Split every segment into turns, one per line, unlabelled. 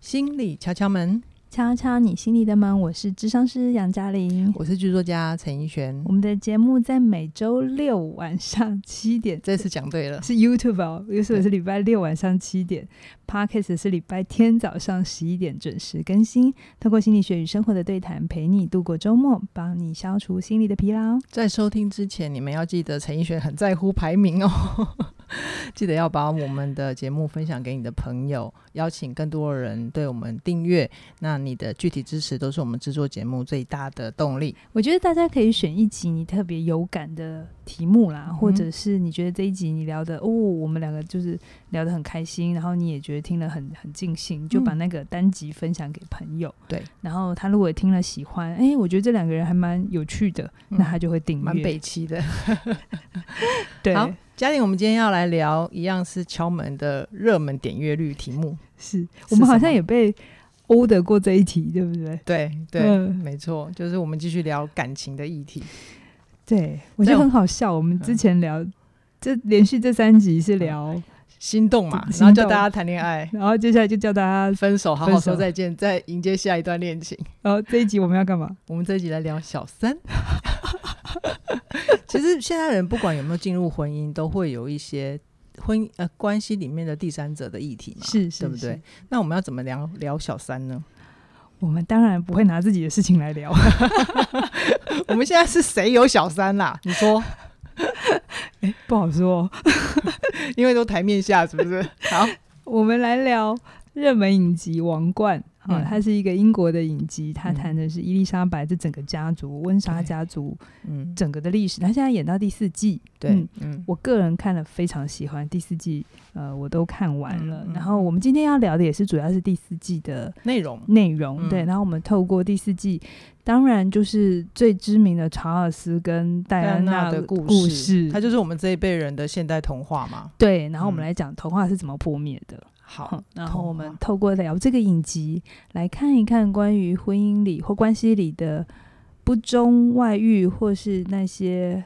心理敲敲门，
敲敲你心里的门，我是智商师杨嘉玲。
我是剧作家陈怡璇
我。们的节目在每周六晚上七点，
这次讲对了，
是 YouTube 哦，YouTube 是礼拜六晚上七点，Podcast 是礼拜天早上十一点准时更新。透过心理学与生活的对谈，陪你度过周末，帮你消除心理的疲劳。
在收听之前，你们要记得陈怡璇很在乎排名哦， 记得要把我们的节目分享给你的朋友，邀请更多的人对我们订阅。那你的具体支持都是我们制作节目最大的动力。
我觉得大家可以选一集你特别有感的题目啦，
嗯
或者是你觉得这一集你聊的哦，我们两个就是聊得很开心，然后你也觉得听了很很尽兴，就把那个单集分享给朋友。
对，
然后他如果听了喜欢，哎，我觉得这两个人还蛮有趣的，
嗯
那他就会订阅。
蛮北七的，
对，
好嘉玲，我们今天要来聊一样是敲门的热门点阅率题目。
是我们
什
好
么
像也被殴得过这一题，对不对？
对对，
嗯
没错，就是我们继续聊感情的议题。
对，我觉
这
得
样
很好笑。我们之
嗯
前聊，这连续这三集是聊，
心动嘛，
心
然后叫
动
大家谈恋爱，
然后接下来就叫大家，
分手，好
分
好
手
说再见，再迎接下一段恋情。
然后哦这一集我们要干嘛？
我们这一集来聊小三。 其实现在人不管有没有进入婚姻，都会有一些婚呃关系里面的第三者的议题嘛，
是是
对不对？那我们要怎么聊聊小三呢？
我们当然不会拿自己的事情来聊，
我们现在是谁有小三啊啦？你说，
不好说。
因为都台面下是不 是？好，
我们来聊热门影集《王冠》啊，
嗯
它是一个英国的影集，它
嗯
谈的是伊丽莎白这整个家族、温莎家族
嗯，
整个的历史。它现在演到第四季，
对
嗯，
嗯，
我个人看了非常喜欢，第四季呃我都看完了。
嗯嗯
然后我们今天要聊的也是主要是第四季的
内容，
内容，
嗯
对。然后我们透过第四季，当然就是最知名的查尔斯跟戴安娜
的
故
哎故
事
它就是我们这一辈人的现代童话嘛。
对，然后我们
嗯
来讲童话是怎么破灭的。
好
好，，哦然
童
后我们
话
透过聊这个影集，来看一看关于婚姻里或关系里的不忠、外遇，或是那些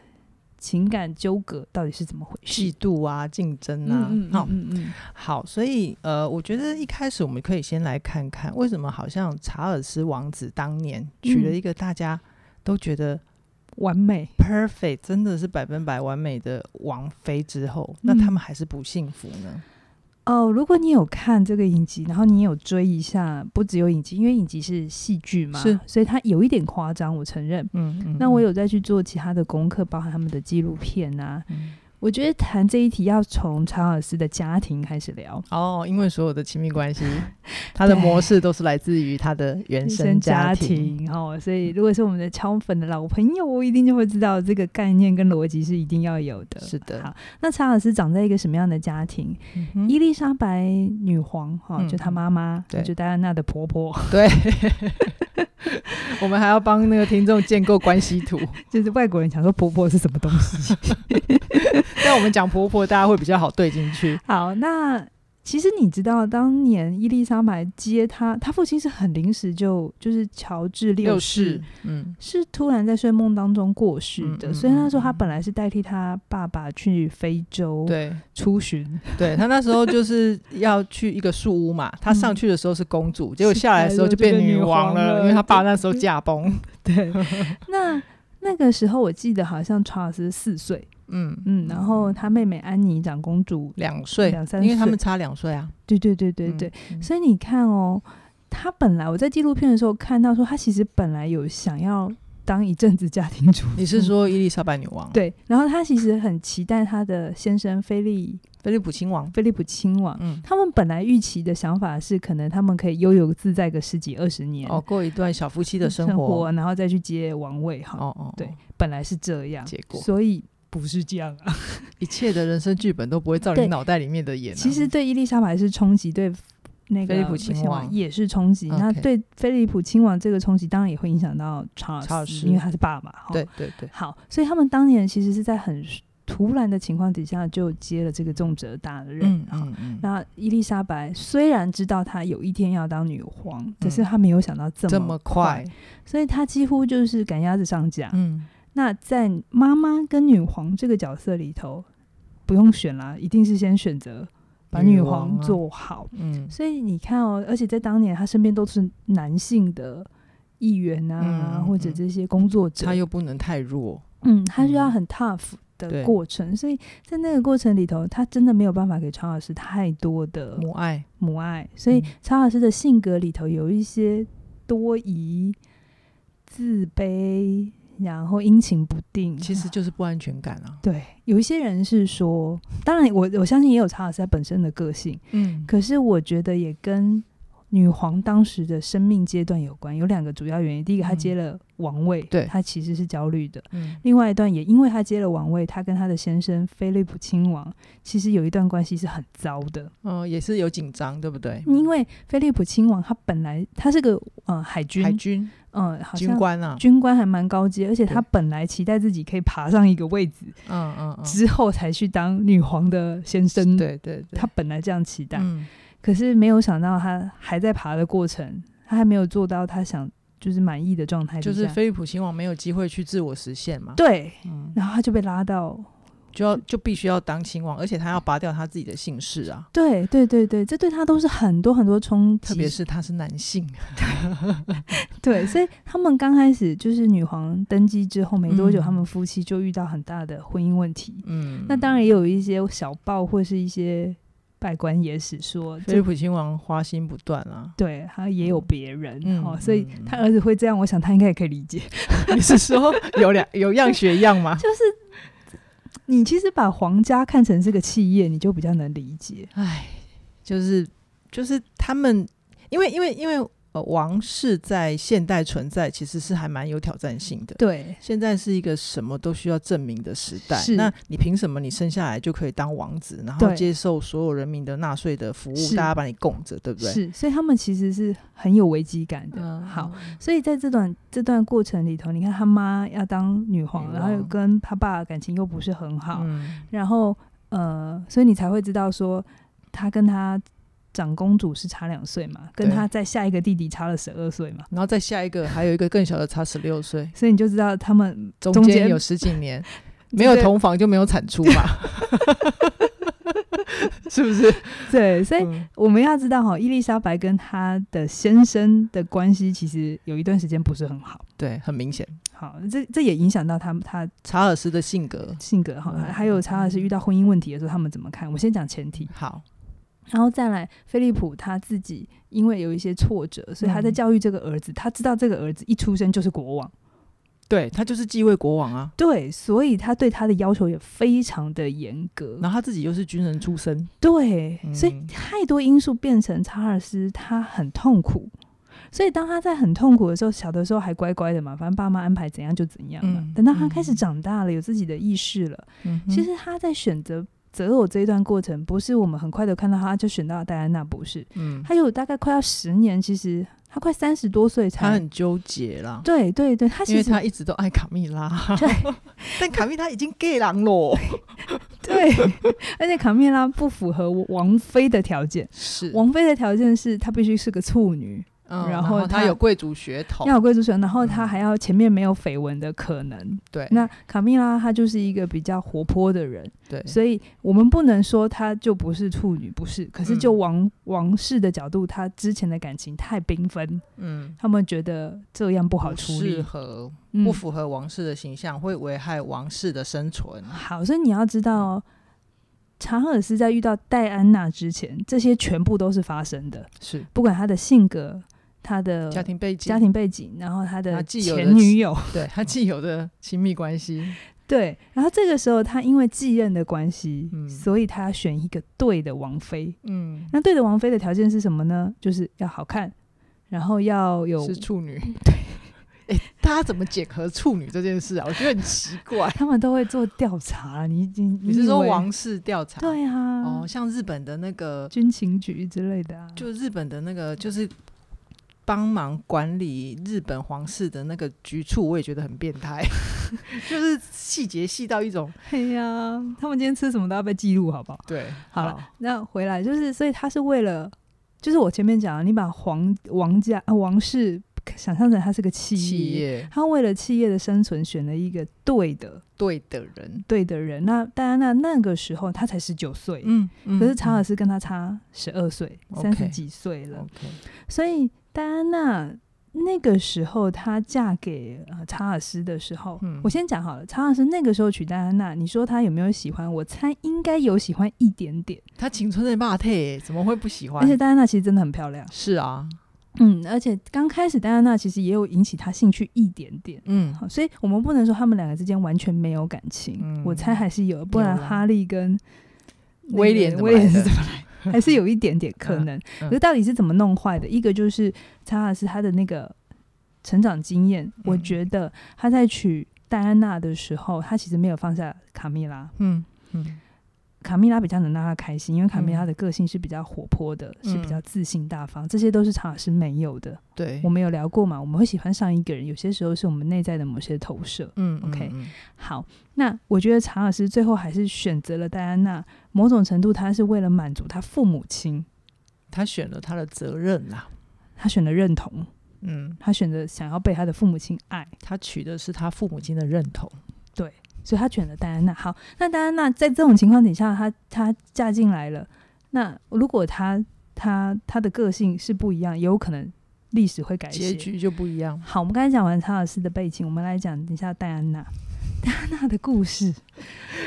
情感纠葛到底是怎么回
嫉。
事
妒啊，竞争啊，
嗯
好
嗯嗯嗯，
好，所以呃，我觉得一开始我们可以先来看看，为什么好像查尔斯王子当年娶了
嗯
一个大家都觉得
完美。
perfect，真的是百分百完美的王妃之后，那
嗯
他们还是不幸福呢？
哦，如果你有看这个影集，然后你有追一下，不只有影集，因为影集是戏剧嘛，
是
所以它有一点夸张，我承认。
嗯嗯
那我，有再去做其他的功课，包含他们的纪录片啊。
嗯
我觉得谈这一题要从查尔斯的家庭开始聊。
哦，因为所有的亲密关 系，它的
对
模式都是来自于他的原生
家
庭。
庭哦，所以如果是我们的超粉的老朋友，我一定就会知道这个概念跟逻辑是一定要有的。
是的
好，那查尔斯长在一个什么样的家庭？
嗯哼
伊丽莎白女皇哈、
嗯
就她妈妈，
对
就戴安娜的婆婆，
对，我们还要帮那个听众建构关系图。
就是外国人想说婆婆是什么东西。
但我们讲婆婆，大家会比较 好对进去。
好，那其实你知道，当年伊丽莎白接她，她父亲是很临时就就是乔治六世。，
嗯，
是突然在睡梦当中过世
嗯
的，
嗯
所以那时候
嗯
他
嗯
本来是代替他爸爸去非洲
对，
出 巡，
对他那时候就是要去一个树屋嘛，他上去的时候嗯是公主，结果下来的时候就变女王
下来的时候就变女王
了，
了
因为他爸那时候驾崩。
对，那那个时候我记得好像查尔斯四岁，
嗯
嗯，然后他妹妹安妮长公主，
两岁，
两三岁
因为他们差两 岁啊。
对对对对
嗯
对，，
嗯
所以你看哦，他本来我在纪录片的时候看到说，他其实本来有想要当一阵子家庭 主妇，
你是说伊丽莎白女王？，啊
对，然后他其实很期待他的先生菲利
菲利普亲王。
菲利普亲王。
嗯，
他们本来预期的想法是，可能他们可以悠游自在个十几二十年
哦，过一段小夫妻的生活。
然后再去接王位哈。
哦哦，
对
哦，
本来是这样，
结果
所以不是这样啊。
一切的人生剧本都不会照你
对
脑袋里面的演啊。
其实对伊丽莎白是冲击，对那个
菲利普亲王
也是冲击。
OK
那对菲利普亲王这个冲击，当然也会影响到查尔斯，
查尔斯
因为他是爸爸。哈
对，对 对，
好，所以他们当年其实是在很突然的情况底下就接了这个重责大任。
嗯
哈
嗯嗯，
那伊丽莎白虽然知道她有一天要当女皇，可是她没有想到这么
嗯这么快，
所以她几乎就是赶鸭子上架。
嗯，
那在妈妈跟女皇这个角色里头，不用选啦，一定是先选择把
女
女
王
皇
啊
做好。
嗯
所以你看哦，而且在当年，他身边都是男性的议员啊，
嗯
或者
嗯
这些工作者，
他又不能太弱，
嗯，他需要
嗯
很 tough 的
对
过程，所以在那个过程里头，他真的没有办法给查尔斯太多的
母爱，
母爱，所以
嗯
查尔斯的性格里头有一些多疑、自卑，然后阴晴不定，
其实就是不安全感啊。
对，有一些人是说，当然我我相信也有查尔斯他本身的个性，
嗯，
可是我觉得也跟女皇当时的生命阶段有关，有两个主要原因。第一个，她
嗯
接了王位，
对
她其实是焦虑的；
嗯
另外一段也因为她接了王位，她跟她的先生菲利普亲王其实有一段关系是很糟的，
呃，也是有紧张，对不对？
因为菲利普亲王他本来他是个呃海军，
海军
嗯、好
军
像。
官啊，
军官还蛮高阶，而且他
对
本来期待自己可以爬上一个位置，
嗯嗯嗯，
之后才去当女皇的先生。，
对对对，
他本来这样期待，
嗯
可是没有想到他还在爬的过程，他还没有做到他想就是满意的状态
就
底下，
是菲利普亲王没有机会去自我实现嘛，
对，
嗯，
然后他就被拉到，
就要就必须要当亲王，而且他要拔掉他自己的姓氏啊，
对对对对，这对他都是很多很多冲击，
特别是他是男 性，
对，所以他们刚开始就是女皇登基之后没多久，
嗯
他们夫妻就遇到很大的婚姻问题，
嗯，
那当然也有一些小报或是一些拜官野史说
菲利
这。，
普亲王花心不断啊
对他也有别人、
嗯
哦，所以
嗯
他儿子会这样，我想他应该也可以理解。
你是说有 两有样学样吗？
就是你其实把皇家看成是个企业，你就比较能理解。
唉，就是就是他们，因为因为因为呃，王室在现代存在其实是还蛮有挑战性的。
对，
现在是一个什么都需要证明的时代
是，
那你凭什么你生下来就可以当王子，然后
对
接受所有人民的纳税的服务，
是
大家把你供着，对不对？
是，所以他们其实是很有危机感的。
嗯，
好，，所以在这段这段过程里头，你看他妈要当女皇，
女
然后又
王
跟他爸感情又不是很好，
嗯，
然后呃，所以你才会知道说他跟他。长公主是差两岁嘛，跟
对
他在下一个弟弟差了十二岁嘛，
然后再下一个还有一个更小的差十六岁，
所以你就知道他们
中
中
间
间
有十几 年，没有同房就没有产出嘛， 是不是？
对，所以
嗯
我们要知道哈，伊丽莎白跟她的先生的关系其实有一段时间不是很好，
对，很明显，
好，这这也影响到他们他
查尔斯的性格
性格哈，
嗯
还有查尔斯遇到婚姻问题的时候，他们怎么看？我先讲前提，
好，
然后再来菲利普他自己，因为有一些挫折，所以他在
嗯
教育这个儿子，他知道这个儿子一出生就是国王，
对他就是继位国王啊，
对，所以他对他的要求也非常的严格，
然后他自己又是军人出身，
对，
嗯
所以太多因素变成查尔斯他很痛苦。所以当他在很痛苦的时候，小的时候还乖乖的嘛，反正爸妈安排怎样就怎样嘛。
嗯
等到他开始
嗯
长大了，有自己的意识了，
嗯哼
其实他在选择择偶这一段过程，不是我们很快的看到他就选到了戴安娜，不是，
嗯，
他有大概快要十年，其实他快三十多岁
他
才。
很纠结啦。
对对对，他
因
其
为
实
他一直都爱卡蜜拉，
对
但卡蜜拉已经 gay 狼了，
对， 而且卡蜜拉不符合王妃的条件。
是
王妃的条件是她必须是个处女，
嗯
然
然
后他
他有贵族血统，
要有贵族权，然后他
嗯
还要前面没有绯闻的可能。
对，
那卡蜜拉她就是一个比较活泼的人，
对，
所以我们不能说她就不是处女，不是。可是就
嗯
王、王室的角度，她之前的感情太缤纷，
嗯，
他们觉得这样不好
不
处
适
理，
合，
嗯
不符合王室的形象，会危害王室的生存。
好。所以你要知道、哦，查尔斯在遇到戴安娜之前，这些全部都是发生的，
是
不管他的性格、他的
家庭背景，
家庭背景，然后他的
他既有的
前女友。
对他既有的亲密关系，
对，然后这个时候他因为继任的关系，
嗯
所以他要选一个对的王妃。
嗯，
那对的王妃的条件是什么呢？就是要好看，然后要有
是处女。对，哎、大家怎么检核处女这件事啊？我觉得很奇怪。
他们都会做调查。啊你已经
你是说？
以为
王室调查？、
对啊，
哦，像日本的那个，
军情局之类的啊，
就日本的那个，就是帮忙管理日本皇室的那个局处，我也觉得很变态， 就是细节细到一种
嘿哎呀、他们今天吃什么都要被记录，好不好？
对。
好了，那回来就是，所以他是为了，就是我前面讲的，你把皇王家、啊、王室想象成他是个企业，
企业
他为了企业的生存选了一个对的
对的人，
对的人。那戴安娜那个时候她才十九岁，
嗯，嗯
可是查尔
嗯
斯跟她差十二岁，
OK 哦
三十、几岁了。
OK，
所以戴安娜那个时候她嫁给呃查尔斯的时候，
嗯
我先讲好了，查尔斯那个时候娶戴安娜，你说他有没有喜欢？我猜应该有喜欢一点点，
他青春的霸退，怎么会不喜欢？
而且戴安娜其实真的很漂亮，
是啊，
嗯，而且刚开始戴安娜其实也有引起他兴趣一点点。
嗯，
好，所以我们不能说他们两个之间完全没有感情，
嗯
我猜还是有，不然
有啦
哈利跟那个
威廉怎么
威廉
来
是
的
怎么来，还是有一点点可能。
嗯
可是到底是怎么弄坏的？一个就是查尔斯他的那个成长经验，我
嗯
觉得他在娶戴安娜的时候，他其实没有放下卡蜜拉。
嗯嗯
卡蜜拉比较能让他开心，因为卡蜜拉的个性是比较活泼的，是
嗯
比较自信大方，这些都是查尔斯没有的。
对，
我们有聊过嘛？我们会喜欢上一个人，有些时候是我们内在的某些投射。
嗯
OK
嗯
好，那我觉得查尔斯最后还是选择了戴安娜，某种程度他是为了满足他父母亲，
他选了他的责任啦，
他选择认同，
嗯，
他选择想要被他的父母亲爱，
他取的是他父母亲的认同，
所以他选了戴安娜。好，那戴安娜在这种情况底下，她她嫁进来了，那如果她她她的个性是不一样，也有可能历史会改
结
写。
局就不一样。
好，我们刚才讲完查尔斯的背景，我们来讲一下戴安娜。戴安娜的故事，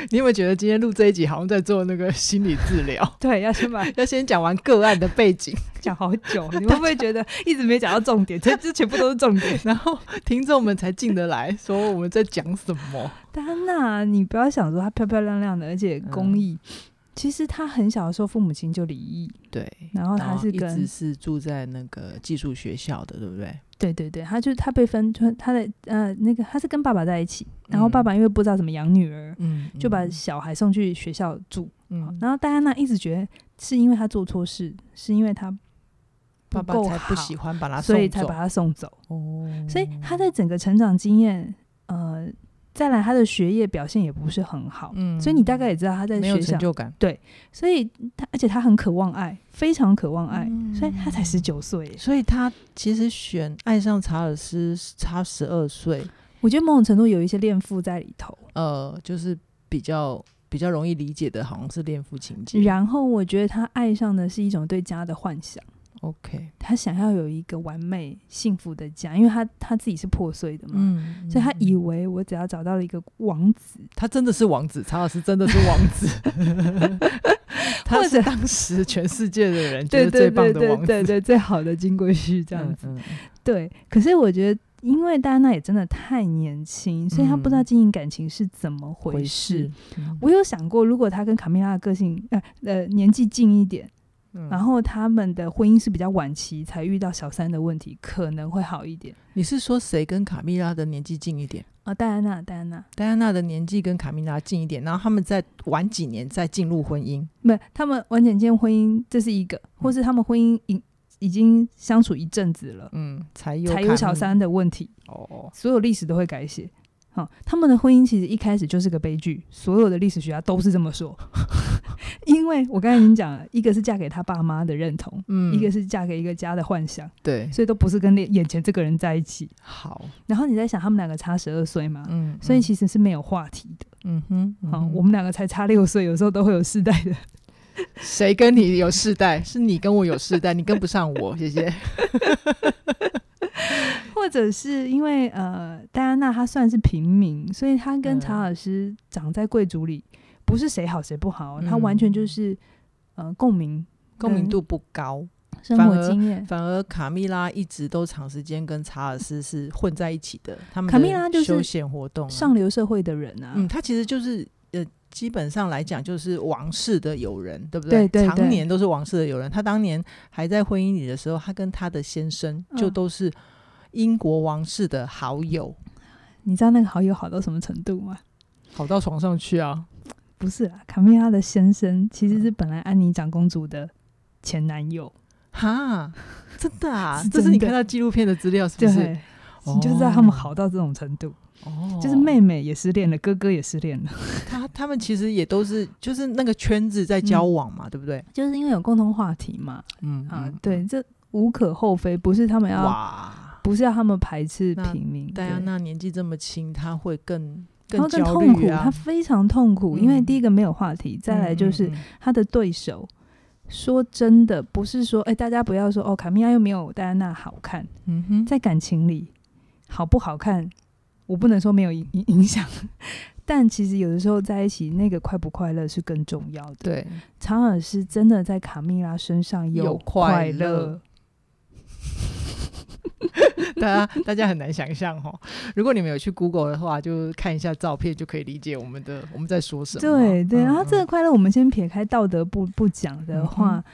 你有没有觉得今天录这一集好像在做那个心理治疗？
对，要先把
要先讲完个案的背景，
讲好久，你会不会觉得一直没讲到重点？这这全部都是重 点。
然后听众们才进得来，说我们在讲什么。
戴安娜，你不要想说她漂漂亮亮的，而且公益。其实她很小的时候，父母亲就离异，
对，
然后她是
一直
跟
是住在那个寄宿学校的，对不对？
对对对，她就她被分，就她的呃那个她是跟爸爸在一起，然后爸爸因为不知道怎么养女儿，
嗯，
就把小孩送去学校住。
嗯，
然后戴安娜一直觉得是因为她做错事，是因为她
爸爸
够
才不
好
喜欢把他送
所
走，
以才把她送走。
哦，
所以他在整个成长经验，呃，再来他的学业表现也不是很好，
嗯
所以你大概也知道他在
没有
学
成
校，
就感，
所以他而且他很渴望爱，非常渴望爱，
嗯
所以他才十九岁耶。
所以他其实选爱上查尔斯是差十二岁，
我觉得某种程度有一些恋父在里头。
呃，就是比较比较容易理解的，好像是恋父情节。
然后我觉得他爱上的是一种对家的幻想，
OK，
他想要有一个完美幸福的家，因为他他自己是破碎的嘛，
嗯
所以他
嗯
以为我只要找到了一个王子，
他真的是王子，查尔斯真的是王子， 他
或
是
者
当时全世界的人觉
对
得
对
最棒
对
的
对
王
对
子，
对，最好的金龟婿这样子。
子。嗯
对，可是我觉得，因为戴安娜也真的太年轻，所以她不知道
嗯
经营感情是怎么回
回
事。
事，嗯
我有想过，如果她跟卡米拉的个性，呃呃，年纪近一点，
嗯
然后他们的婚姻是比较晚期才遇到小三的问题，可能会好一点。
你是说谁跟卡蜜拉的年纪近一点？
啊、戴安娜，戴安娜，
戴安娜的年纪跟卡蜜拉近一点，然后他们再晚几年再进入婚姻。
没，他们完全间婚姻这是一个，或是他们婚姻已已经相处一阵子了，
嗯，才有
才
卡
有
蜜
小三的问题。
哦，
所有历史都会改写。好、他们的婚姻其实一开始就是个悲剧，所有的历史学家都是这么说。 因为我刚才已经讲了，一个是嫁给他爸妈的认同，
嗯
一个是嫁给一个家的幻想，
对，
所以都不是跟恋眼前这个人在一起。
好，
然后你在想，他们两个差十二岁嘛，
嗯，
所以
嗯
其实是没有话题的。
嗯哼，嗯
好、
哼
我们两个才差六岁，有时候都会有世代的。
谁跟你有世代？是你跟我有世代，你跟不上我，谢 谢。
或者是因为呃，戴安娜她算是平民，所以她跟
嗯
查尔斯长在贵族里，不是谁好谁不好，她
嗯
完全就是呃共鸣、
共鸣度不高，
生
反
活
而
经验。
反而卡蜜拉一直都长时间跟查尔斯是混在一起的，他们
卡
的
蜜拉就是
休闲活动啊、
上流社会的人啊，
嗯，他其实就是呃，基本上来讲就是王室的友人，对不
对对对
常年都是王室的友人。他当年还在婚姻里的时候，他跟他的先生
嗯
就都是英国王室的好友，
你知道那个好友好到什么程度吗？
好到床上去啊。
不是啦，卡米拉的先生其实是本来安妮长公主的前男友，
哈，真的啊，
是
这是
真
你
的
看到纪录片的资料是不是？
对，你就知道他们好到这种程度，
哦
就是妹妹也失恋了，哥哥也失恋了，
他他们其实也都是就是那个圈子在
嗯
交往嘛，对不对？
就是因为有共同话题嘛，
嗯
啊，，对，这无可厚非，不是他们要
哇，啊
不是要他们排斥
那
平民，
戴安
对
娜年纪这么轻，她会更
然后更
焦
痛苦，
虑
他
啊。
非常痛苦，因为
嗯
第一个没有话题，再来就是
嗯嗯
他的对手。说真的，不是说哎、大家不要说哦，卡米拉又没有戴安娜好看，
嗯哼，
在感情里好不好看，我不能说没有影影影响， 但其实有的时候在一起，那个快不快乐是更重要的。，
对，
查尔是真的在卡蜜拉身上
有
快
快乐，大家大家很难想象哦。如果你们有去 Google 的话，就看一下照片就可以理解我们的我们在说什么。
对对。
嗯
然后这个
嗯
快乐，我们先撇开道德不不讲的话。
嗯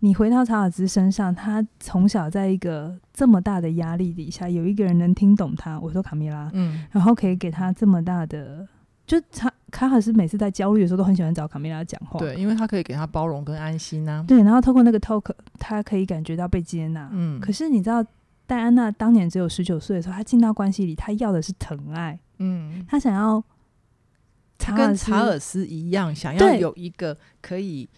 你回到查尔斯身上，他从小在一个这么大的压力底下，有一个人能听懂他，我说卡米拉，
嗯
然后可以给他这么大的，就查卡尔斯每次在焦虑的时候都很喜欢找卡米拉讲话，
对，因为他可以给他包容跟安心啊呐、
哦对，然后透过那个 talk，他可以感觉到被接纳。
嗯，
可是你知道，戴安娜当年只有十九岁的时候，她进到关系里，她要的是疼爱，
嗯，
她想要
他
查
跟
尔斯
查尔斯一样，想要
对
有一个可以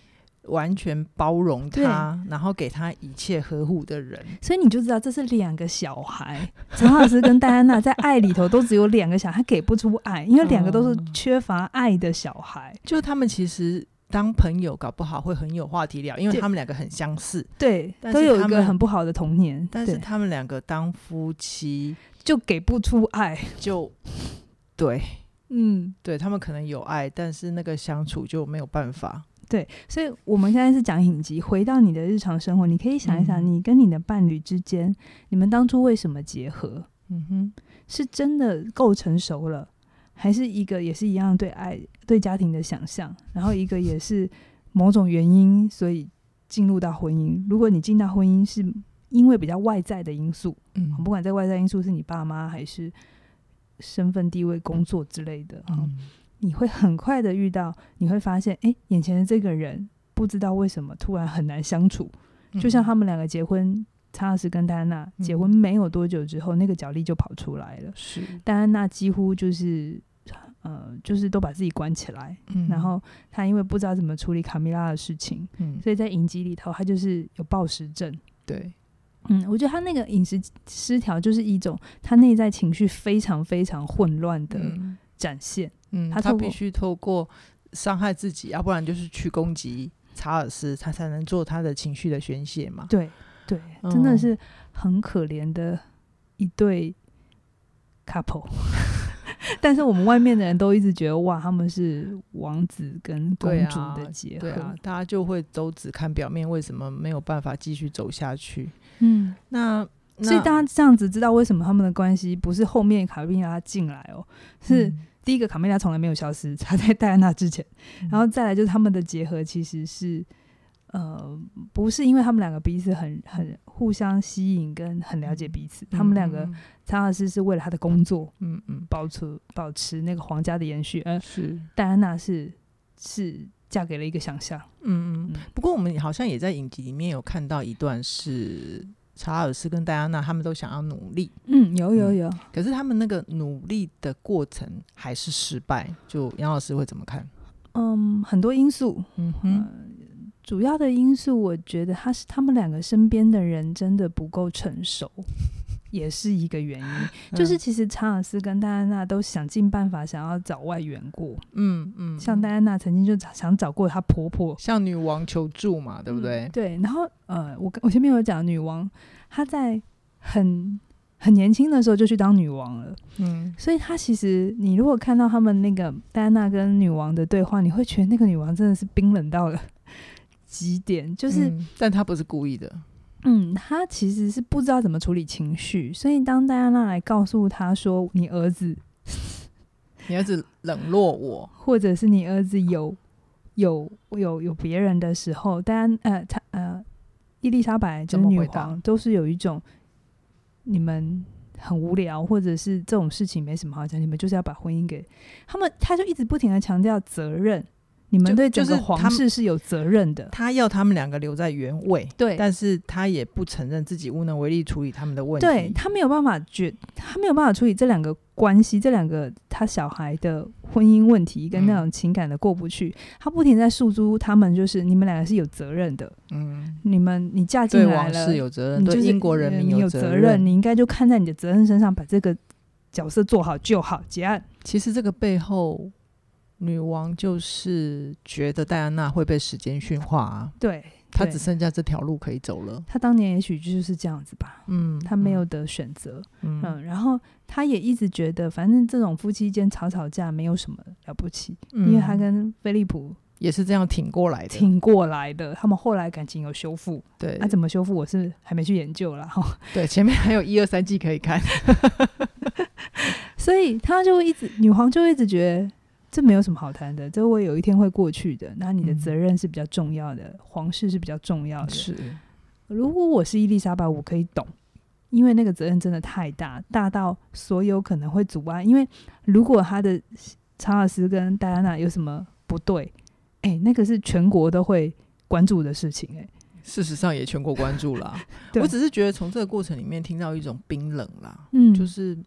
完全包容他，然后给他一切呵护的人。
所以你就知道这是两个小孩。 查尔斯跟戴安娜在爱里头都只有两个小孩，他给不出爱，因为两个都是
嗯
缺乏爱的小孩。
就他们其实当朋友，搞不好会很有话题聊，因为
对
他们两个很相似。
对，
但
都
是
有一
他
个
们
很不好的童年，
但是
对
他们两个当夫妻
就给不出爱。
就，对
嗯，
对，他们可能有爱，但是那个相处就没有办法。
对，所以我们现在是讲影集，回到你的日常生活，你可以想一想，
嗯
你跟你的伴侣之间，你们当初为什么结合？
嗯哼，
是真的够成熟了，还是一个也是一样对爱、对家庭的想象，然后一个也是某种原因，所以进入到婚姻。如果你进到婚姻是因为比较外在的因素，
嗯
不管在外在因素是你爸妈还是身份地位、工作之类的，嗯、
嗯
你会很快的遇到，你会发现，哎、眼前的这个人不知道为什么突然很难相处，
嗯
就像他们两个结婚，查尔斯跟戴安娜结婚没有多久之后，那个角力就跑出来了。
是，
戴安娜几乎就是，呃，就是都把自己关起来，
嗯
然后她因为不知道怎么处理卡米拉的事情，
嗯
所以在影集里头她就是有暴食症。
对，
嗯，我觉得她那个饮食失调就是一种她内在情绪非常非常混乱的
嗯
展现。
嗯，
他
他
透
必
过
须透过伤害自己，要不然就是去攻击查尔斯，他才能做他的情绪的宣泄嘛。
对对，真的
嗯
是很可怜的一对 couple。但是我们外面的人都一直觉得哇，他们是王子跟
对
公主
啊
的结合。
对啊，大家就会都只看表面，为什么没有办法继续走下去？
嗯，
那
所以
那
大家这样子知道为什么他们的关系不是后面卡蜜拉进来哦，是、
嗯
第一个卡蜜拉从来没有消失，她在戴安娜之前，
嗯
然后再来就是他们的结合其实是。呃，不是因为他们两个彼此很很互相吸引跟很了解彼此，他们两个
嗯
查尔斯是为了他的工作
嗯嗯
保持保持那个皇家的延续，而
嗯是。
戴安娜是是嫁给了一个想象。
嗯
嗯
嗯，不过我们好像也在影集里面有看到一段是查尔斯跟戴安娜他们都想要努力，
嗯，有有
有
有，
可是他们那个努力的过程还是失败。就杨老师会怎么看？
嗯，很多因素，
嗯
嗯、
哼，
主要的因素我觉得他是他们两个身边的人真的不够 成熟，也是一个原
嗯
因。就是其实查尔斯跟戴安娜都想尽办法想要找外援过，
嗯嗯，
像戴安娜曾经就找想找过她婆婆，
向女王求助嘛，对不对？
嗯对，然后呃，我跟我前面有讲，女王她在很很年轻的时候就去当女王了，
嗯
所以她其实你如果看到他们那个戴安娜跟女王的对话，你会觉得那个女王真的是冰冷到了极点，就是
嗯但他不是故意的。
嗯，她其实是不知道怎么处理情绪，所以当戴安娜来告诉她说你儿子
你儿子冷落我，
或者是你儿子有有有有别人的时候，戴安呃她呃伊丽莎白就
怎
是
么
女
回答
皇，都是有一种你们很无聊，或者是这种事情没什么好讲，你们就是要把婚姻给他们，他就一直不停的强调责任，你们
就
对
就
整个
是
皇
他们
室是有责任的。
他要他们两个留在原位，
对
但是他也不承认自己无能为力处理他们的问题。
对他没有办法决，他没有办法处理这两个关系，这两个他小孩的婚姻问题跟那种情感的过不去，他不停在诉诸他们，就是你们两个是有责任的，
嗯，
你们你嫁进
对
来
王
了，
室有责任，
你就
对
是
英国人
呃
民
你有
责
任，你应该就看在你的责任身上，把这个角色做好就好，结案。
其实这个背后，女王就是觉得戴安娜会被时间驯化、啊，
对，
她
对
只剩下这条路可以走了。
他当年也许就是这样子吧，
嗯，
他没有得选择，
嗯，嗯
嗯，然后他也一直觉得，反正这种夫妻间吵吵架没有什么了不起，因为他跟菲利普
嗯也是这样挺过来的。
挺过来的，他们后来感情有修复，
对、
啊，怎么修复我是还没去研究啦。哈，
对，前面还有一二三季可以看。
所以他就会一直女皇就会一直觉得。这没有什么好谈的，这我有一天会过去的。那你的
嗯
责任是比较重要的，皇室是比较重要的。
是，
如果我是伊丽莎白，我可以懂，因为那个责任真的太大，大到所有可能会阻碍。因为如果他的查尔斯跟戴安娜有什么不对，哎、那个是全国都会关注的事情、哎，。
事实上也全国关注啦
对
我只是觉得从这个过程里面听到一种冰冷啦，
嗯，
就是嘖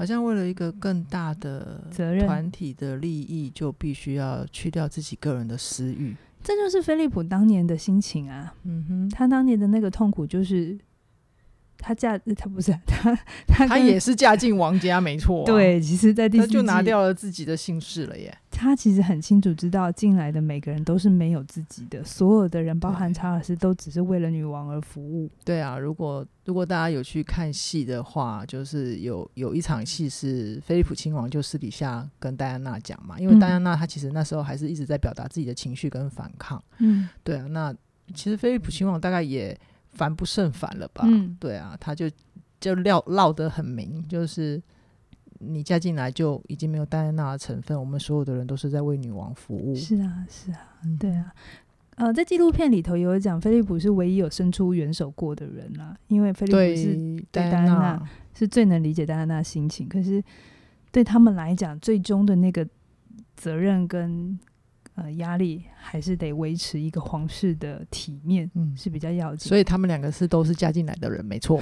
好像为了一个更大的
责任
团体的利益，就必须要去掉自己个人的私欲。
这就是菲利普当年的心情啊。
嗯
他当年的那个痛苦就是，他嫁 他不是啊他他
哼，他
跟
也是嫁进王家，没错、啊。。
对，其实，在第
他
四
就拿
季
掉了自己的姓氏了耶。
他其实很清楚知道进来的每个人都是没有自己的，所有的人，包含
对
查尔斯，都只是为了女王而服务。
对啊，如果如果大家有去看戏的话，就是有有一场
嗯
戏是菲利普亲王就私底下跟戴安娜讲嘛，因为
嗯
戴安娜她其实那时候还是一直在表达自己的情绪跟反抗。
嗯
对啊，那其实菲利普亲王大概也烦不胜烦了吧？
嗯，
对啊，他就就撂唠得很明，就是你嫁进来就已经没有戴安娜的成分，我们所有的人都是在为女王服务。
是啊，是啊，
嗯
对啊。呃，在纪录片里头有讲，菲利普是唯一有伸出援手过的人啦、因为菲利普是
对
戴
戴安
安娜
娜，
是最能理解戴安娜心情，可是对他们来讲，最终的那个责任跟呃压力，还是得维持一个皇室的体面
嗯，
是比较要紧。
所以他们两个是都是嫁进来的人，没错。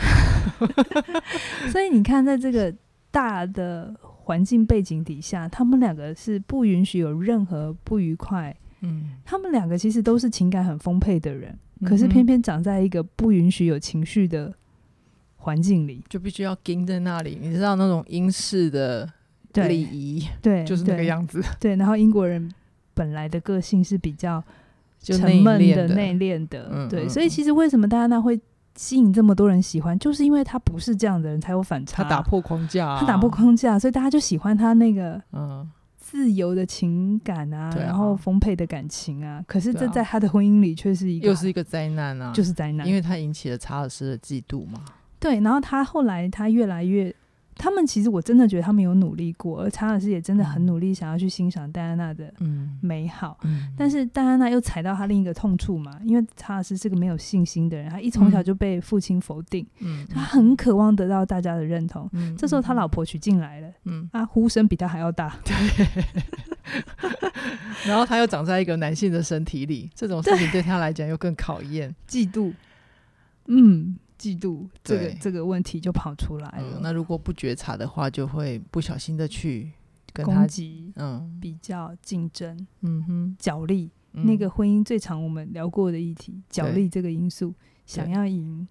所以你看，在这个大的环境背景底下，他们两个是不允许有任何不愉快。
嗯，
他们两个其实都是情感很丰沛的人，可
可
是
是偏
偏
偏
偏长在一个不允许有情绪的环境里。
就必须要盯在那里，你知道那种英式的礼
对
仪
对，
就是那个
对
样子，
对，然后英国人本来的个性是比较
就
沉闷
内敛
的、
的
内敛的，
嗯
对，
嗯
所以其实为什么戴安娜会吸引这么多人喜欢，就是因为她不是这样的人才有反差，
他打破框架、啊，
她打破，框架，所以大家就喜欢她那个
嗯，
自由的情感啊，
对啊
然后丰沛的感情啊。可是
对啊
这在她的婚姻里却是一个，
又是一个灾难啊，
就是灾难，
因为他引起了查尔斯的嫉妒嘛。
对，然后她后来她越来越。他们其实我真的觉得他们有努力过，而查尔斯也真的很
嗯
努力，想要去欣赏戴安娜的
嗯
美好。
嗯，
但是戴安娜又踩到她另一个痛处嘛，因为查尔斯是个没有信心的人，他一从小就被父亲否定，
嗯，
所以他很渴望得到大家的认同。
嗯，
这时候他老婆娶进来了，
嗯，
啊，呼声比他还要大，
然后他又长在一个男性的身体里，这种事情对他来讲又更考 验。
嫉妒，嗯，嫉妒这个
对
这个问题就跑出来
嗯
了，，
那如果不觉察的话，就会不小心的去跟他
攻，击、
嗯
比较、竞争、
嗯哼，
角力，
嗯
那个婚姻最常我们聊过的议题，角力这个因素，想要赢，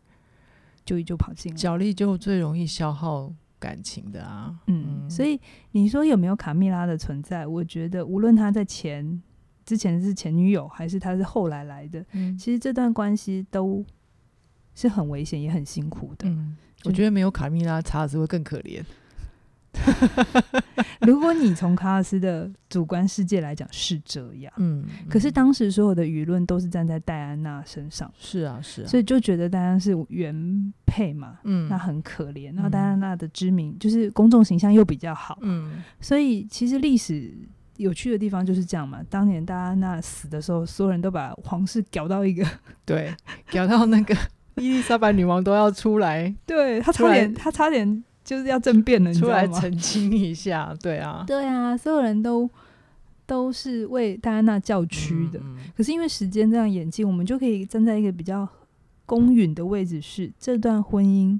就就跑进来。
角力就最容易消耗感情的啊。
嗯，所以你说有没有卡蜜拉的存在？我觉得无论她在前之前是前女友，还是她是后来来的，
嗯
其实这段关系都是很危险也很辛苦的。
嗯，
就
我觉得没有卡蜜拉，查尔斯会更可怜。
如果你从卡尔斯的主观世界来讲是这样，
嗯，
可是
嗯
当时所有的舆论都是站在戴安娜身上，
是啊是啊，
所以就觉得戴安娜是原配嘛。
嗯
那很可怜，然后
嗯
戴安娜的知名、就是公众形象又比较好，
嗯
所以其实历史有趣的地方就是这样嘛。当年戴安娜死的时候，所有人都把皇室搞到一个，
对，搞到那个伊丽莎白女王都要出来
对她
突
差
然
点，她差点就是要政变了，你知
出
道
来
吗？
澄清一下，对啊，
对啊，所有人都都是为戴安娜叫屈的。
嗯嗯
可是因为时间这样演进，我们就可以站在一个比较公允的位置是，这段婚姻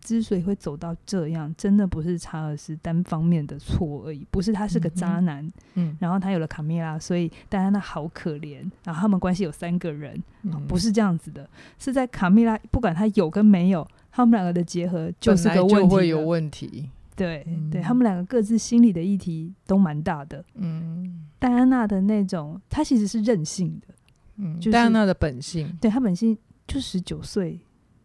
之所以会走到这样，真的不是查尔斯单方面的错而已，不是他是个渣男，
嗯，
然后他有了卡米拉，所以戴安娜好可怜，然后他们关系有三个人，
嗯
不是这样子的，是在卡米拉不管他有跟没有，他们两个的结合就是
本来
个问
就会
题
有
了。
问题。
对对，
嗯
他们两个各自心里的议题都蛮大的。
嗯
戴安娜的那种，她其实是任性的，
嗯，
就是
戴安娜的本性，
对她本性就十九岁，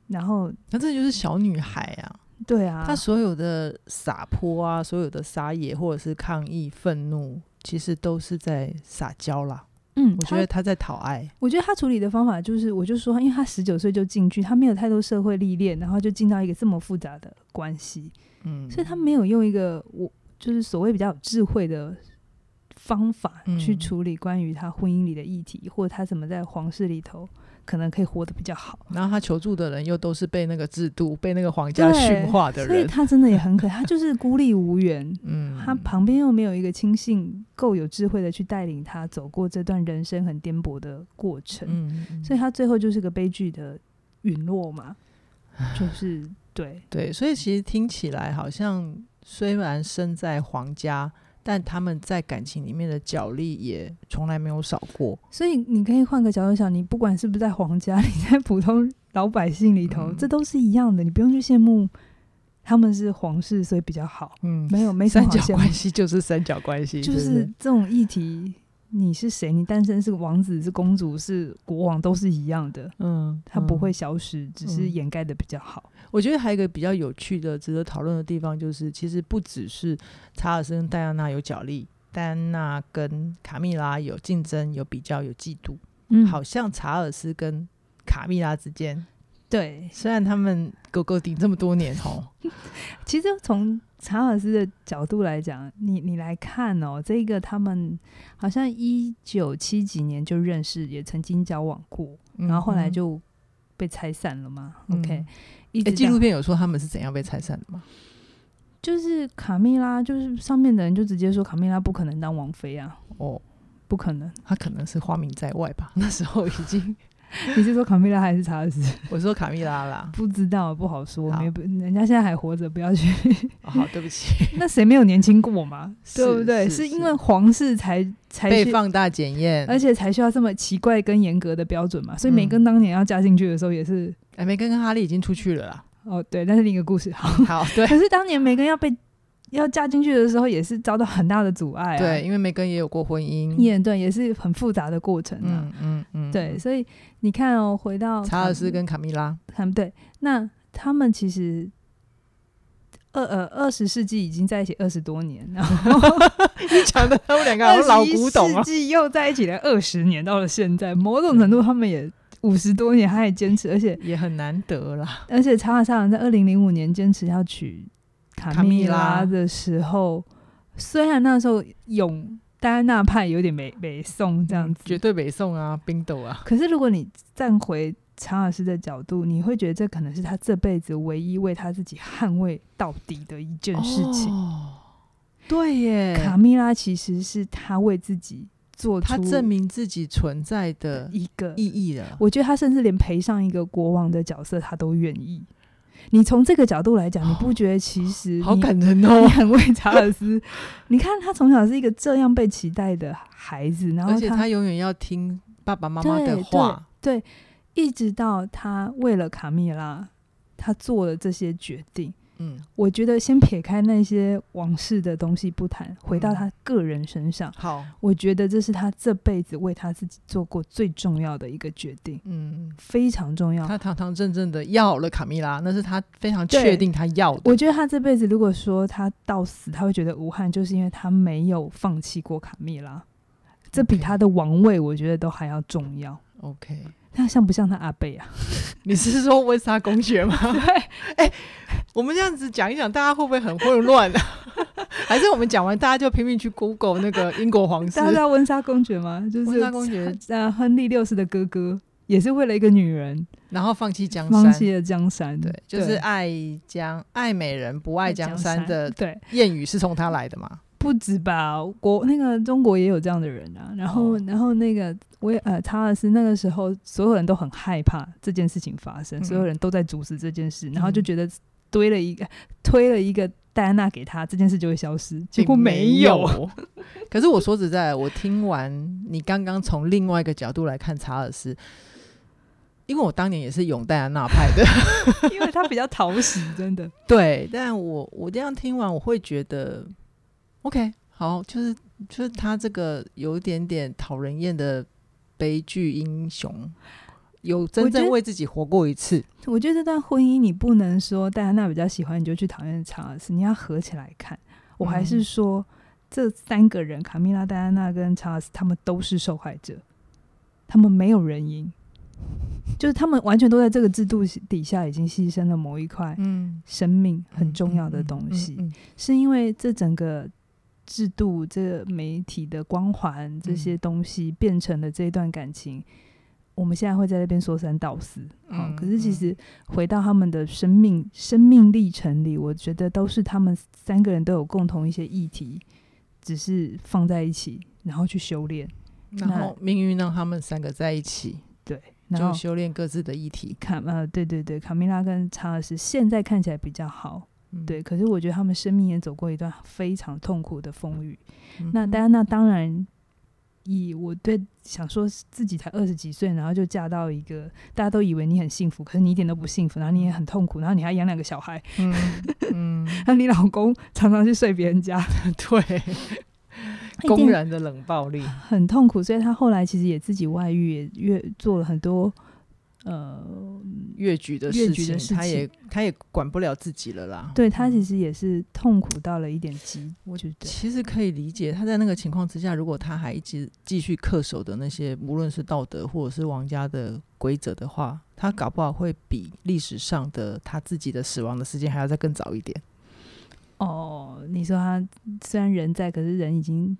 然后
她这就是小女孩啊，
对啊，
她所有的撒泼啊，所有的撒野或者是抗议、愤怒，其实都是在撒娇啦。
嗯，
我觉
她
得她在讨爱，
我觉得她处理的方法就是，我就说，因为她十九岁就进去，她没有太多社会历练，然后就进到一个这么复杂的关系，
嗯，
所以她没有用一个我就是所谓比较有智慧的。方法
嗯
去处理关于她婚姻里的议题，或者她怎么在皇室里头可能可以活得比较好，
然后她求助的人又都是被那个制度、被那个皇家
对
驯化的
所以
人，
她真的也很 可爱，她就是孤立无援，
嗯，
他旁边又没有一个亲信够有智慧的去带领他走过这段人生很颠簸的过程，
嗯，嗯
所以他最后就是个悲剧的陨落嘛，就是对，
对，所以其实听起来好像虽然身在皇家，但他们在感情里面的角力也从来没有少过。
所以你可以换个角度想，你不管是不是在皇家，你在普通老百姓里头，
嗯
这都是一样的，你不用去羡慕他们是皇室，所以比较好，
嗯，
没有没什么
三
好
角
羡慕
关，系就是三角关系，
就
对不
是
对
这种议题。你是谁？你诞生是个王子，是公主，是国王，都是一样的，
嗯，
它不
嗯
会消失，只是
嗯
掩盖的比较好。
我觉得还有一个比较有趣的、值得讨论的地方，就是其实不只是查尔斯跟戴安娜有角力，戴安娜跟卡蜜拉有竞争、有比较、有嫉妒，
嗯
好像查尔斯跟卡蜜拉之间，
对，
虽然他们狗狗顶这么多年哦，
其实从查尔斯的角度来讲，你你来看哦，这个他们好像一九七几年就认识，也曾经交往过，
嗯
然后后来
哼
就被拆散了嘛。
嗯
OK，一
诶
直
纪录
到
片有说他们是怎样被拆散的吗？
就是卡蜜拉，就是上面的人就直接说卡蜜拉不可能当王妃啊，
哦，
不可能。
他可能是花名在外吧， 那时候已经
你是说卡蜜拉还是查尔斯？、
我说卡蜜拉啦
不知道，不好说。
好
没不，人家现在还活着，不要去。
哦好，对不起，
那谁没有年轻过 嘛？对
是
不对？
是
是因
是
为皇室才 才
被
去
放大检验，
而
且
且才需要这么奇怪跟严格的标准嘛。所以
嗯
梅根当年要嫁进去的时候也是，
哎，梅根跟哈利已经出去了 啦。
哦，对，那是另一个故事。 好，
好，对
可是当年梅根要被要嫁进去的时候，也是遭到很大的阻碍、啊。
对，，因为梅根也有过婚姻，
也对，也是很复杂的过程啊。
嗯嗯嗯，
对，所以你看哦，回到
查尔斯跟卡蜜 拉，
他们对，那他们其实。二呃，二十世纪已经在一起二十多年，然后
你讲的他们两个好像老古董啊
21世
了。
纪又在一起了二十年，到了现在，某种程度
嗯
他们也五十多年，他还坚持，而且
也很难得啦，
而且查尔斯·在二零零五年坚持要娶卡
卡
蜜
蜜
拉
拉
的时候，虽然那时候永戴安娜派有点没没送这样子，
嗯绝对北宋啊，冰斗啊，
可是如果你站回查尔斯的角度，你会觉得这可能是他这辈子唯一为他自己捍卫到底的一件事情。
哦对耶，
卡蜜拉其实是他为自己做出
他证明自己存在的
一个
意义了。
我觉得他甚至连赔上一个国王的角色，他都愿意。你从这个角度来讲，你不觉得其实
好
你
感人哦
你！很为查尔斯。 你看他从小是一个这样被期待的孩子，然
而
后
且他永远要听爸爸妈妈
对
的话。
对，一直到他为了卡蜜拉，他做了这些决定。
嗯，
我觉得先撇开那些往事的东西不谈，回到
嗯
他个人身上，
好，
我觉得这是他这辈子为他自己做过最重要的一个决定，
嗯，
非常重要。
他堂堂正正的要了卡蜜拉，那是他非常
对
确定他要的。
我觉得他这辈子如果说他到死他会觉得无憾，就是因为他没有放弃过卡蜜拉，这比
OK
他的王位我觉得都还要重要。
OK，
那像不像他阿贝啊？
你是说温莎公爵吗？ 哎、我们这样子讲一讲，大家会不会很混乱啊？ 还是我们讲完，大家就拼命去 Google 那个英国皇室
大家知道温莎公爵 吗？就是
温莎公爵，
呃，亨利六世的哥哥，也是为了一个女人
然后放弃江
放
山？
弃了江山。
对，就是爱江爱美人不爱江山的
对，
谚语是从他来的嘛？
不止吧，国那个中国也有这样的人啊。然后，
哦
然后那个我也呃，查尔斯那个时候，所有人都很害怕这件事情发生，
嗯
所有人都在阻止这件事，然后就
嗯
觉得堆了一个推了一个戴安娜给他，这件事就会消失。结
并
果没有，
有。 可是我说实在，我听完你刚刚从另外一个角度来看查尔斯，因为我当年也是拥戴安娜派的，
因为他比较讨喜，真的。
对，但我我这样听完，我会觉得，OK，好，就是就是他这个有一点点讨人厌的悲剧英雄，有真
我觉
正
得
为自己活过一次，
我觉得这段婚姻你不能说戴安娜比较喜欢你就去讨厌查尔斯，你要合起来看。我还是
嗯
说、这三个人，卡米拉、戴安娜跟查尔斯，他们都是受害者，他们没有人赢，就是他们完全都在这个制度底下已经牺牲了某一块
嗯，
生命很重要的东西。
嗯嗯嗯
是因为这整个制度、这媒体的光环这
嗯
些东西变成了这一段感情。我们现在会在那边说三道四，哦
嗯
可是其实回到他们的生命生命历程里，我觉得都是他们三个人都有共同一些议题，只是放在一起，然后去修炼，
嗯然后命运让他们三个在一起，
然
就
后
修炼各自的议题，
卡呃，对对对，卡米拉跟查尔斯现在看起来比较好，
嗯
对，，可是我觉得他们生命也走过一段非常痛苦的风雨，
嗯
那戴安娜当然，以我对想说自己才二十几岁，然后就嫁到一个大家都以为你很幸福，可是你一点都不幸福，然后你也很痛苦，然后你还养两个小孩，
嗯 嗯，
然后你老公常常去睡别人家，
对，公然的冷暴力，
很痛苦，所以她后来其实也自己外遇，也越做了很多呃
越举的
越
事
举
情，
的事
他也他也管不了自己了啦，
对她
嗯
其实也是痛苦到了一点极，
我
觉得
其实可以理解，他在那个情况之下，如果他还一直继续恪守的那些，无论是道德或者是王家的规则的话，他搞不好会比历史上的他自己的死亡的时间还要再更早一点，
哦，你说她虽然人在，可是人已经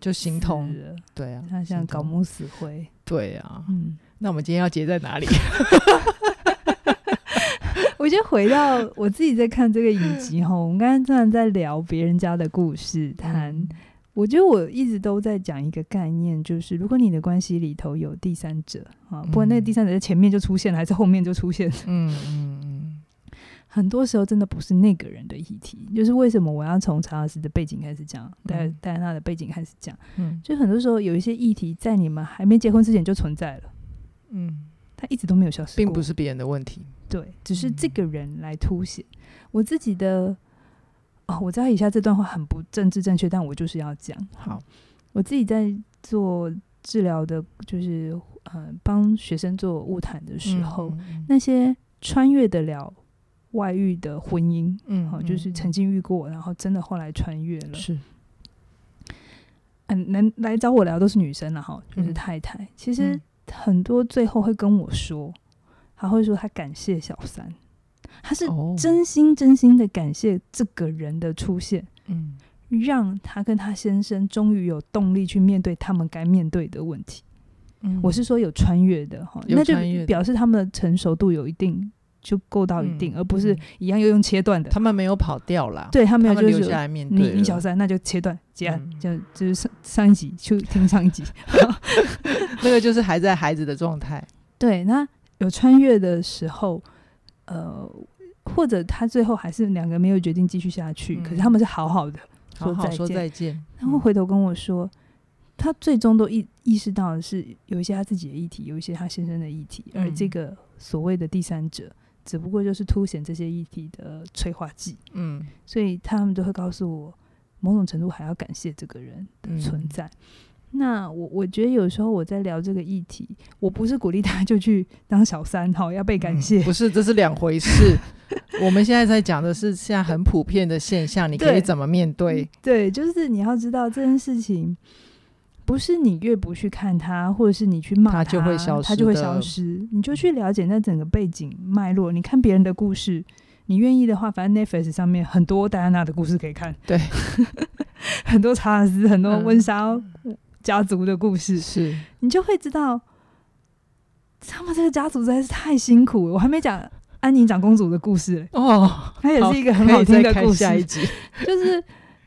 就形同
死了，
对啊，
她像
形
搞
同
木死灰，
对啊。
嗯。
那我们今天要结在哪里？
我觉得回到我自己在看这个影 集哈，我们刚刚真的在聊别人家的故事，谈、我觉得我一直都在讲一个概念，就是如果你的关系里头有第三者啊，不管那个第三者在前面就出现了，还是后面就出现，
嗯嗯嗯
很多时候真的不是那个人的议题。就是为什么我要从查尔斯的背景开始讲，戴
嗯
戴安娜的背景开始讲，
嗯
就很多时候有一些议题在你们还没结婚之前就存在了，
嗯，
它一直都没有消失过，
并不是别人的问题。
对，只是这个人来凸显我自己的。哦，我知道以下这段话很不政治正确，但我就是要讲。
好，
我自己在做治疗的，就是呃，帮学生做物谈的时候，
嗯
那些穿越得了外遇的婚姻，
嗯
哦，就是曾经遇过，然后真的后来穿越了。
是
嗯，能来找我聊都是女生了哈，就是
嗯
太太。
其
其实很多最后会跟我说，她会说她感谢小三，她
哦
是真心真心的感谢这个人的出现，
嗯
让她跟她先生终于有动力去面对他们该面对的问题。
嗯
我是说有穿越的哈，
有
那就
穿越的
表示他们的成熟度有一定，就够到一定，
嗯
而不是
嗯
一样又用切断的。
他们没有跑掉啦，
对他没
他
有
们
就
留
是
下来面
你
对
你小
了
三那就切断结案，
嗯
就就是上上一集去听上 一集。
那个就是还在孩子的状态。
对，那有穿越的时候，呃，或者他最后还是两个没有决定继续下去，可是
嗯
他们是好好的，
好
说
好
再
说
见
再见。
他会回头跟我说，他最终都意意识到的是有一些他自己的议题，有一些他先生的议题，而
嗯
这个所谓的第三者，只不过就是凸显这些议题的催化剂。
嗯，
所以他们都会告诉我，某种程度还要感谢这个人的存
嗯
在。那我我觉得有时候我在聊这个议题，我不是鼓励他就去当小三哈，要被感谢。
不是，这是两回事。 我们现在在讲的是现在很普遍的现象，你可
对
以怎么面对？
嗯对，就是你要知道这件事情，不是你越不去看它，或者是你去骂
它
它
就会消
它就会
失的
消失。你就去了解那整个背景脉络，你看别人的故事。你愿意的话，反正 Netflix 上面很多戴安娜的故事可以看，
对，
很多查尔斯，很多
嗯
温莎家族的故事，
是，
你就会知道他们这个家族实在是太辛苦了。我还没讲安妮长公主的故事嘞，
哦，
它也
好
是一个很好
可以
听
再
的
看
故事。
下一集。
就是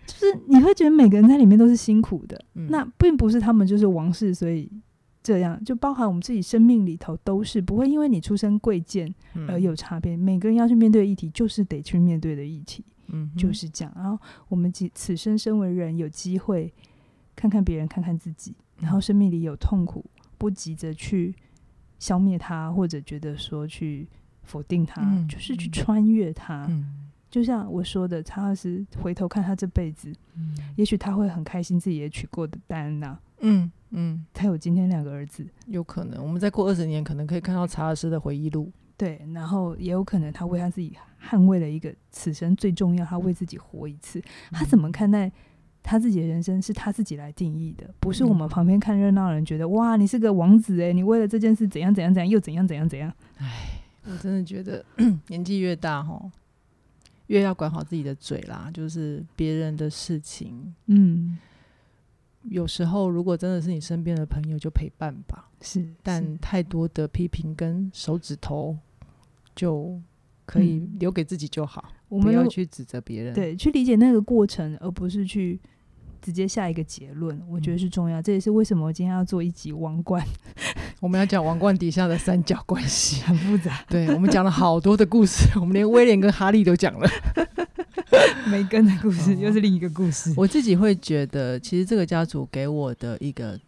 就是你会觉得每个人在里面都是辛苦的，
嗯
那并不是他们就是王室，所以这样就包含我们自己生命里头都是不会因为你出身贵贱
嗯
而有差别。每个人要去面对的议题，就是得去面对的议题，
嗯哼
就是这样。然后我们此此生身为人，有机会看看别人，看看自己，
嗯
然后生命里有痛苦，不急着去消灭它，或者觉得说去否定它，
嗯
就是去
嗯
穿越它。
嗯
就像我说的，他要是回头看他这辈子，也许他会很开心自己也娶过的戴安娜，
嗯嗯，
他有今天两个儿子，
有可能我们再过二十年，可能可以看到查尔斯的回忆录。
对，然后也有可能他为他自己捍卫了一个此生最重要，他为自己活一次。他怎么看待他自己的人生是他自己来定义的，不是我们旁边看热闹的人觉得哇，你是个王子欸诶，你为了这件事怎样怎样怎样，又怎样怎样怎样。
嗯我真的觉得 年纪越大吼，越要管好自己的嘴啦，就是别人的事情。
嗯，
有时候，如果真的是你身边的朋友，就陪伴吧。
是，是
但太多的批评跟手指头，就可以
嗯
留给自己就好，
我
不
们如
要
果
去指责别人。，
对，去理解那个过程，而不是去直接下一个结论，我
嗯
觉得是重要。这也是为什么我今天要做一集王冠，
我们要讲王冠底下的三角关系。
很复杂，
对，我们讲了好多的故事，我们连威廉跟哈利都讲了。
梅根的故事
哦
又是另一个故事。
我自己会觉得，其实这个家族给我的一个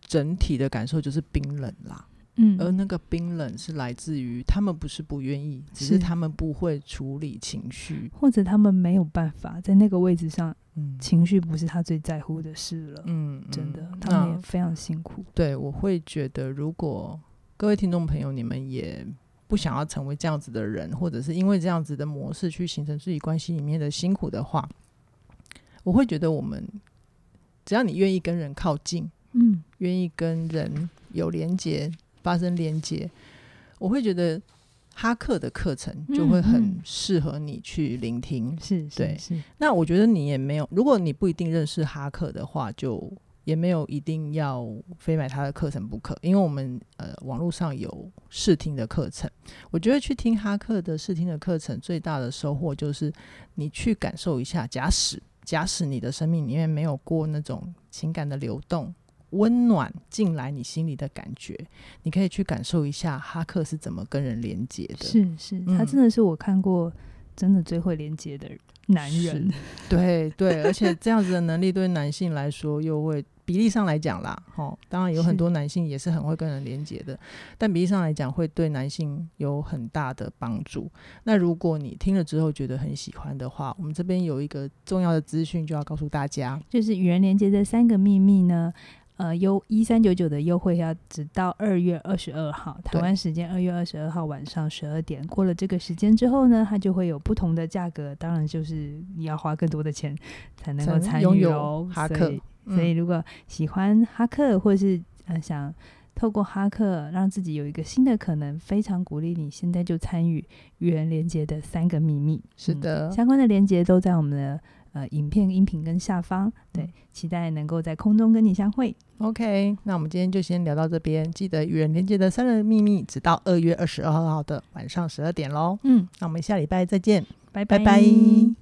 整体的感受就是冰冷啦，
嗯
而那个冰冷是来自于他们不是不愿意，只
是
是他们不会处理情绪。
或者他们没有办法在那个位置上，
嗯
情绪不是他最在乎的事了。
嗯，
真的
嗯，
他们也
那
非常辛苦。
对我会觉得，如果各位听众朋友你们也不想要成为这样子的人，或者是因为这样子的模式去形成自己关系里面的辛苦的话，我会觉得我们只要你愿意跟人靠近。
嗯
愿意跟人有连接、发生连接，我会觉得哈克的课程就会
嗯
很
嗯
适合你去聆听。
是，是
对
是，
那我觉得你也没有，如果你不一定认识哈克的话，就也没有一定要非买他的课程不可，因为我们呃网络上有试听的课程。我觉得去听哈克的试听的课程，最大的收获就是你去感受一下，假使假使你的生命里面没有过那种情感的流动。温暖进来你心里的感觉，你可以去感受一下哈克是怎么跟人连接的。
是是，他
嗯
真的是我看过真的最会连接的男人。
对对，而且这样子的能力对男性来说又会比例上来讲啦，哦，当然有很
是
多男性也是很会跟人连接的，但比例上来讲会对男性有很大的帮助。那如果你听了之后觉得很喜欢的话，我们这边有一个重要的资讯就要告诉大家，
就是与人连接的三个秘密呢，呃，优一三九九的优惠要直到二月二十二号，台
对
湾时间二月二十二号晚上十二点。过了这个时间之后呢，它就会有不同的价格，当然就是你要花更多的钱才能够
才
参
拥
与
有
哦。
哈
所
克嗯
以所以如果喜欢哈克，或是呃想透过哈克让自己有一个新的可能，非常鼓励你现在就参与与人连接的三个秘密。
是
嗯
的，
相关的连接都在我们的呃影片、音频跟下方。对
嗯，
期待能够在空中跟你相会。
OK，那我们今天就先聊到这边，记得与人连接的三人秘密，直到二月二十二号的晚上十二点喽。
嗯，
那我们下礼拜再见。
拜
拜拜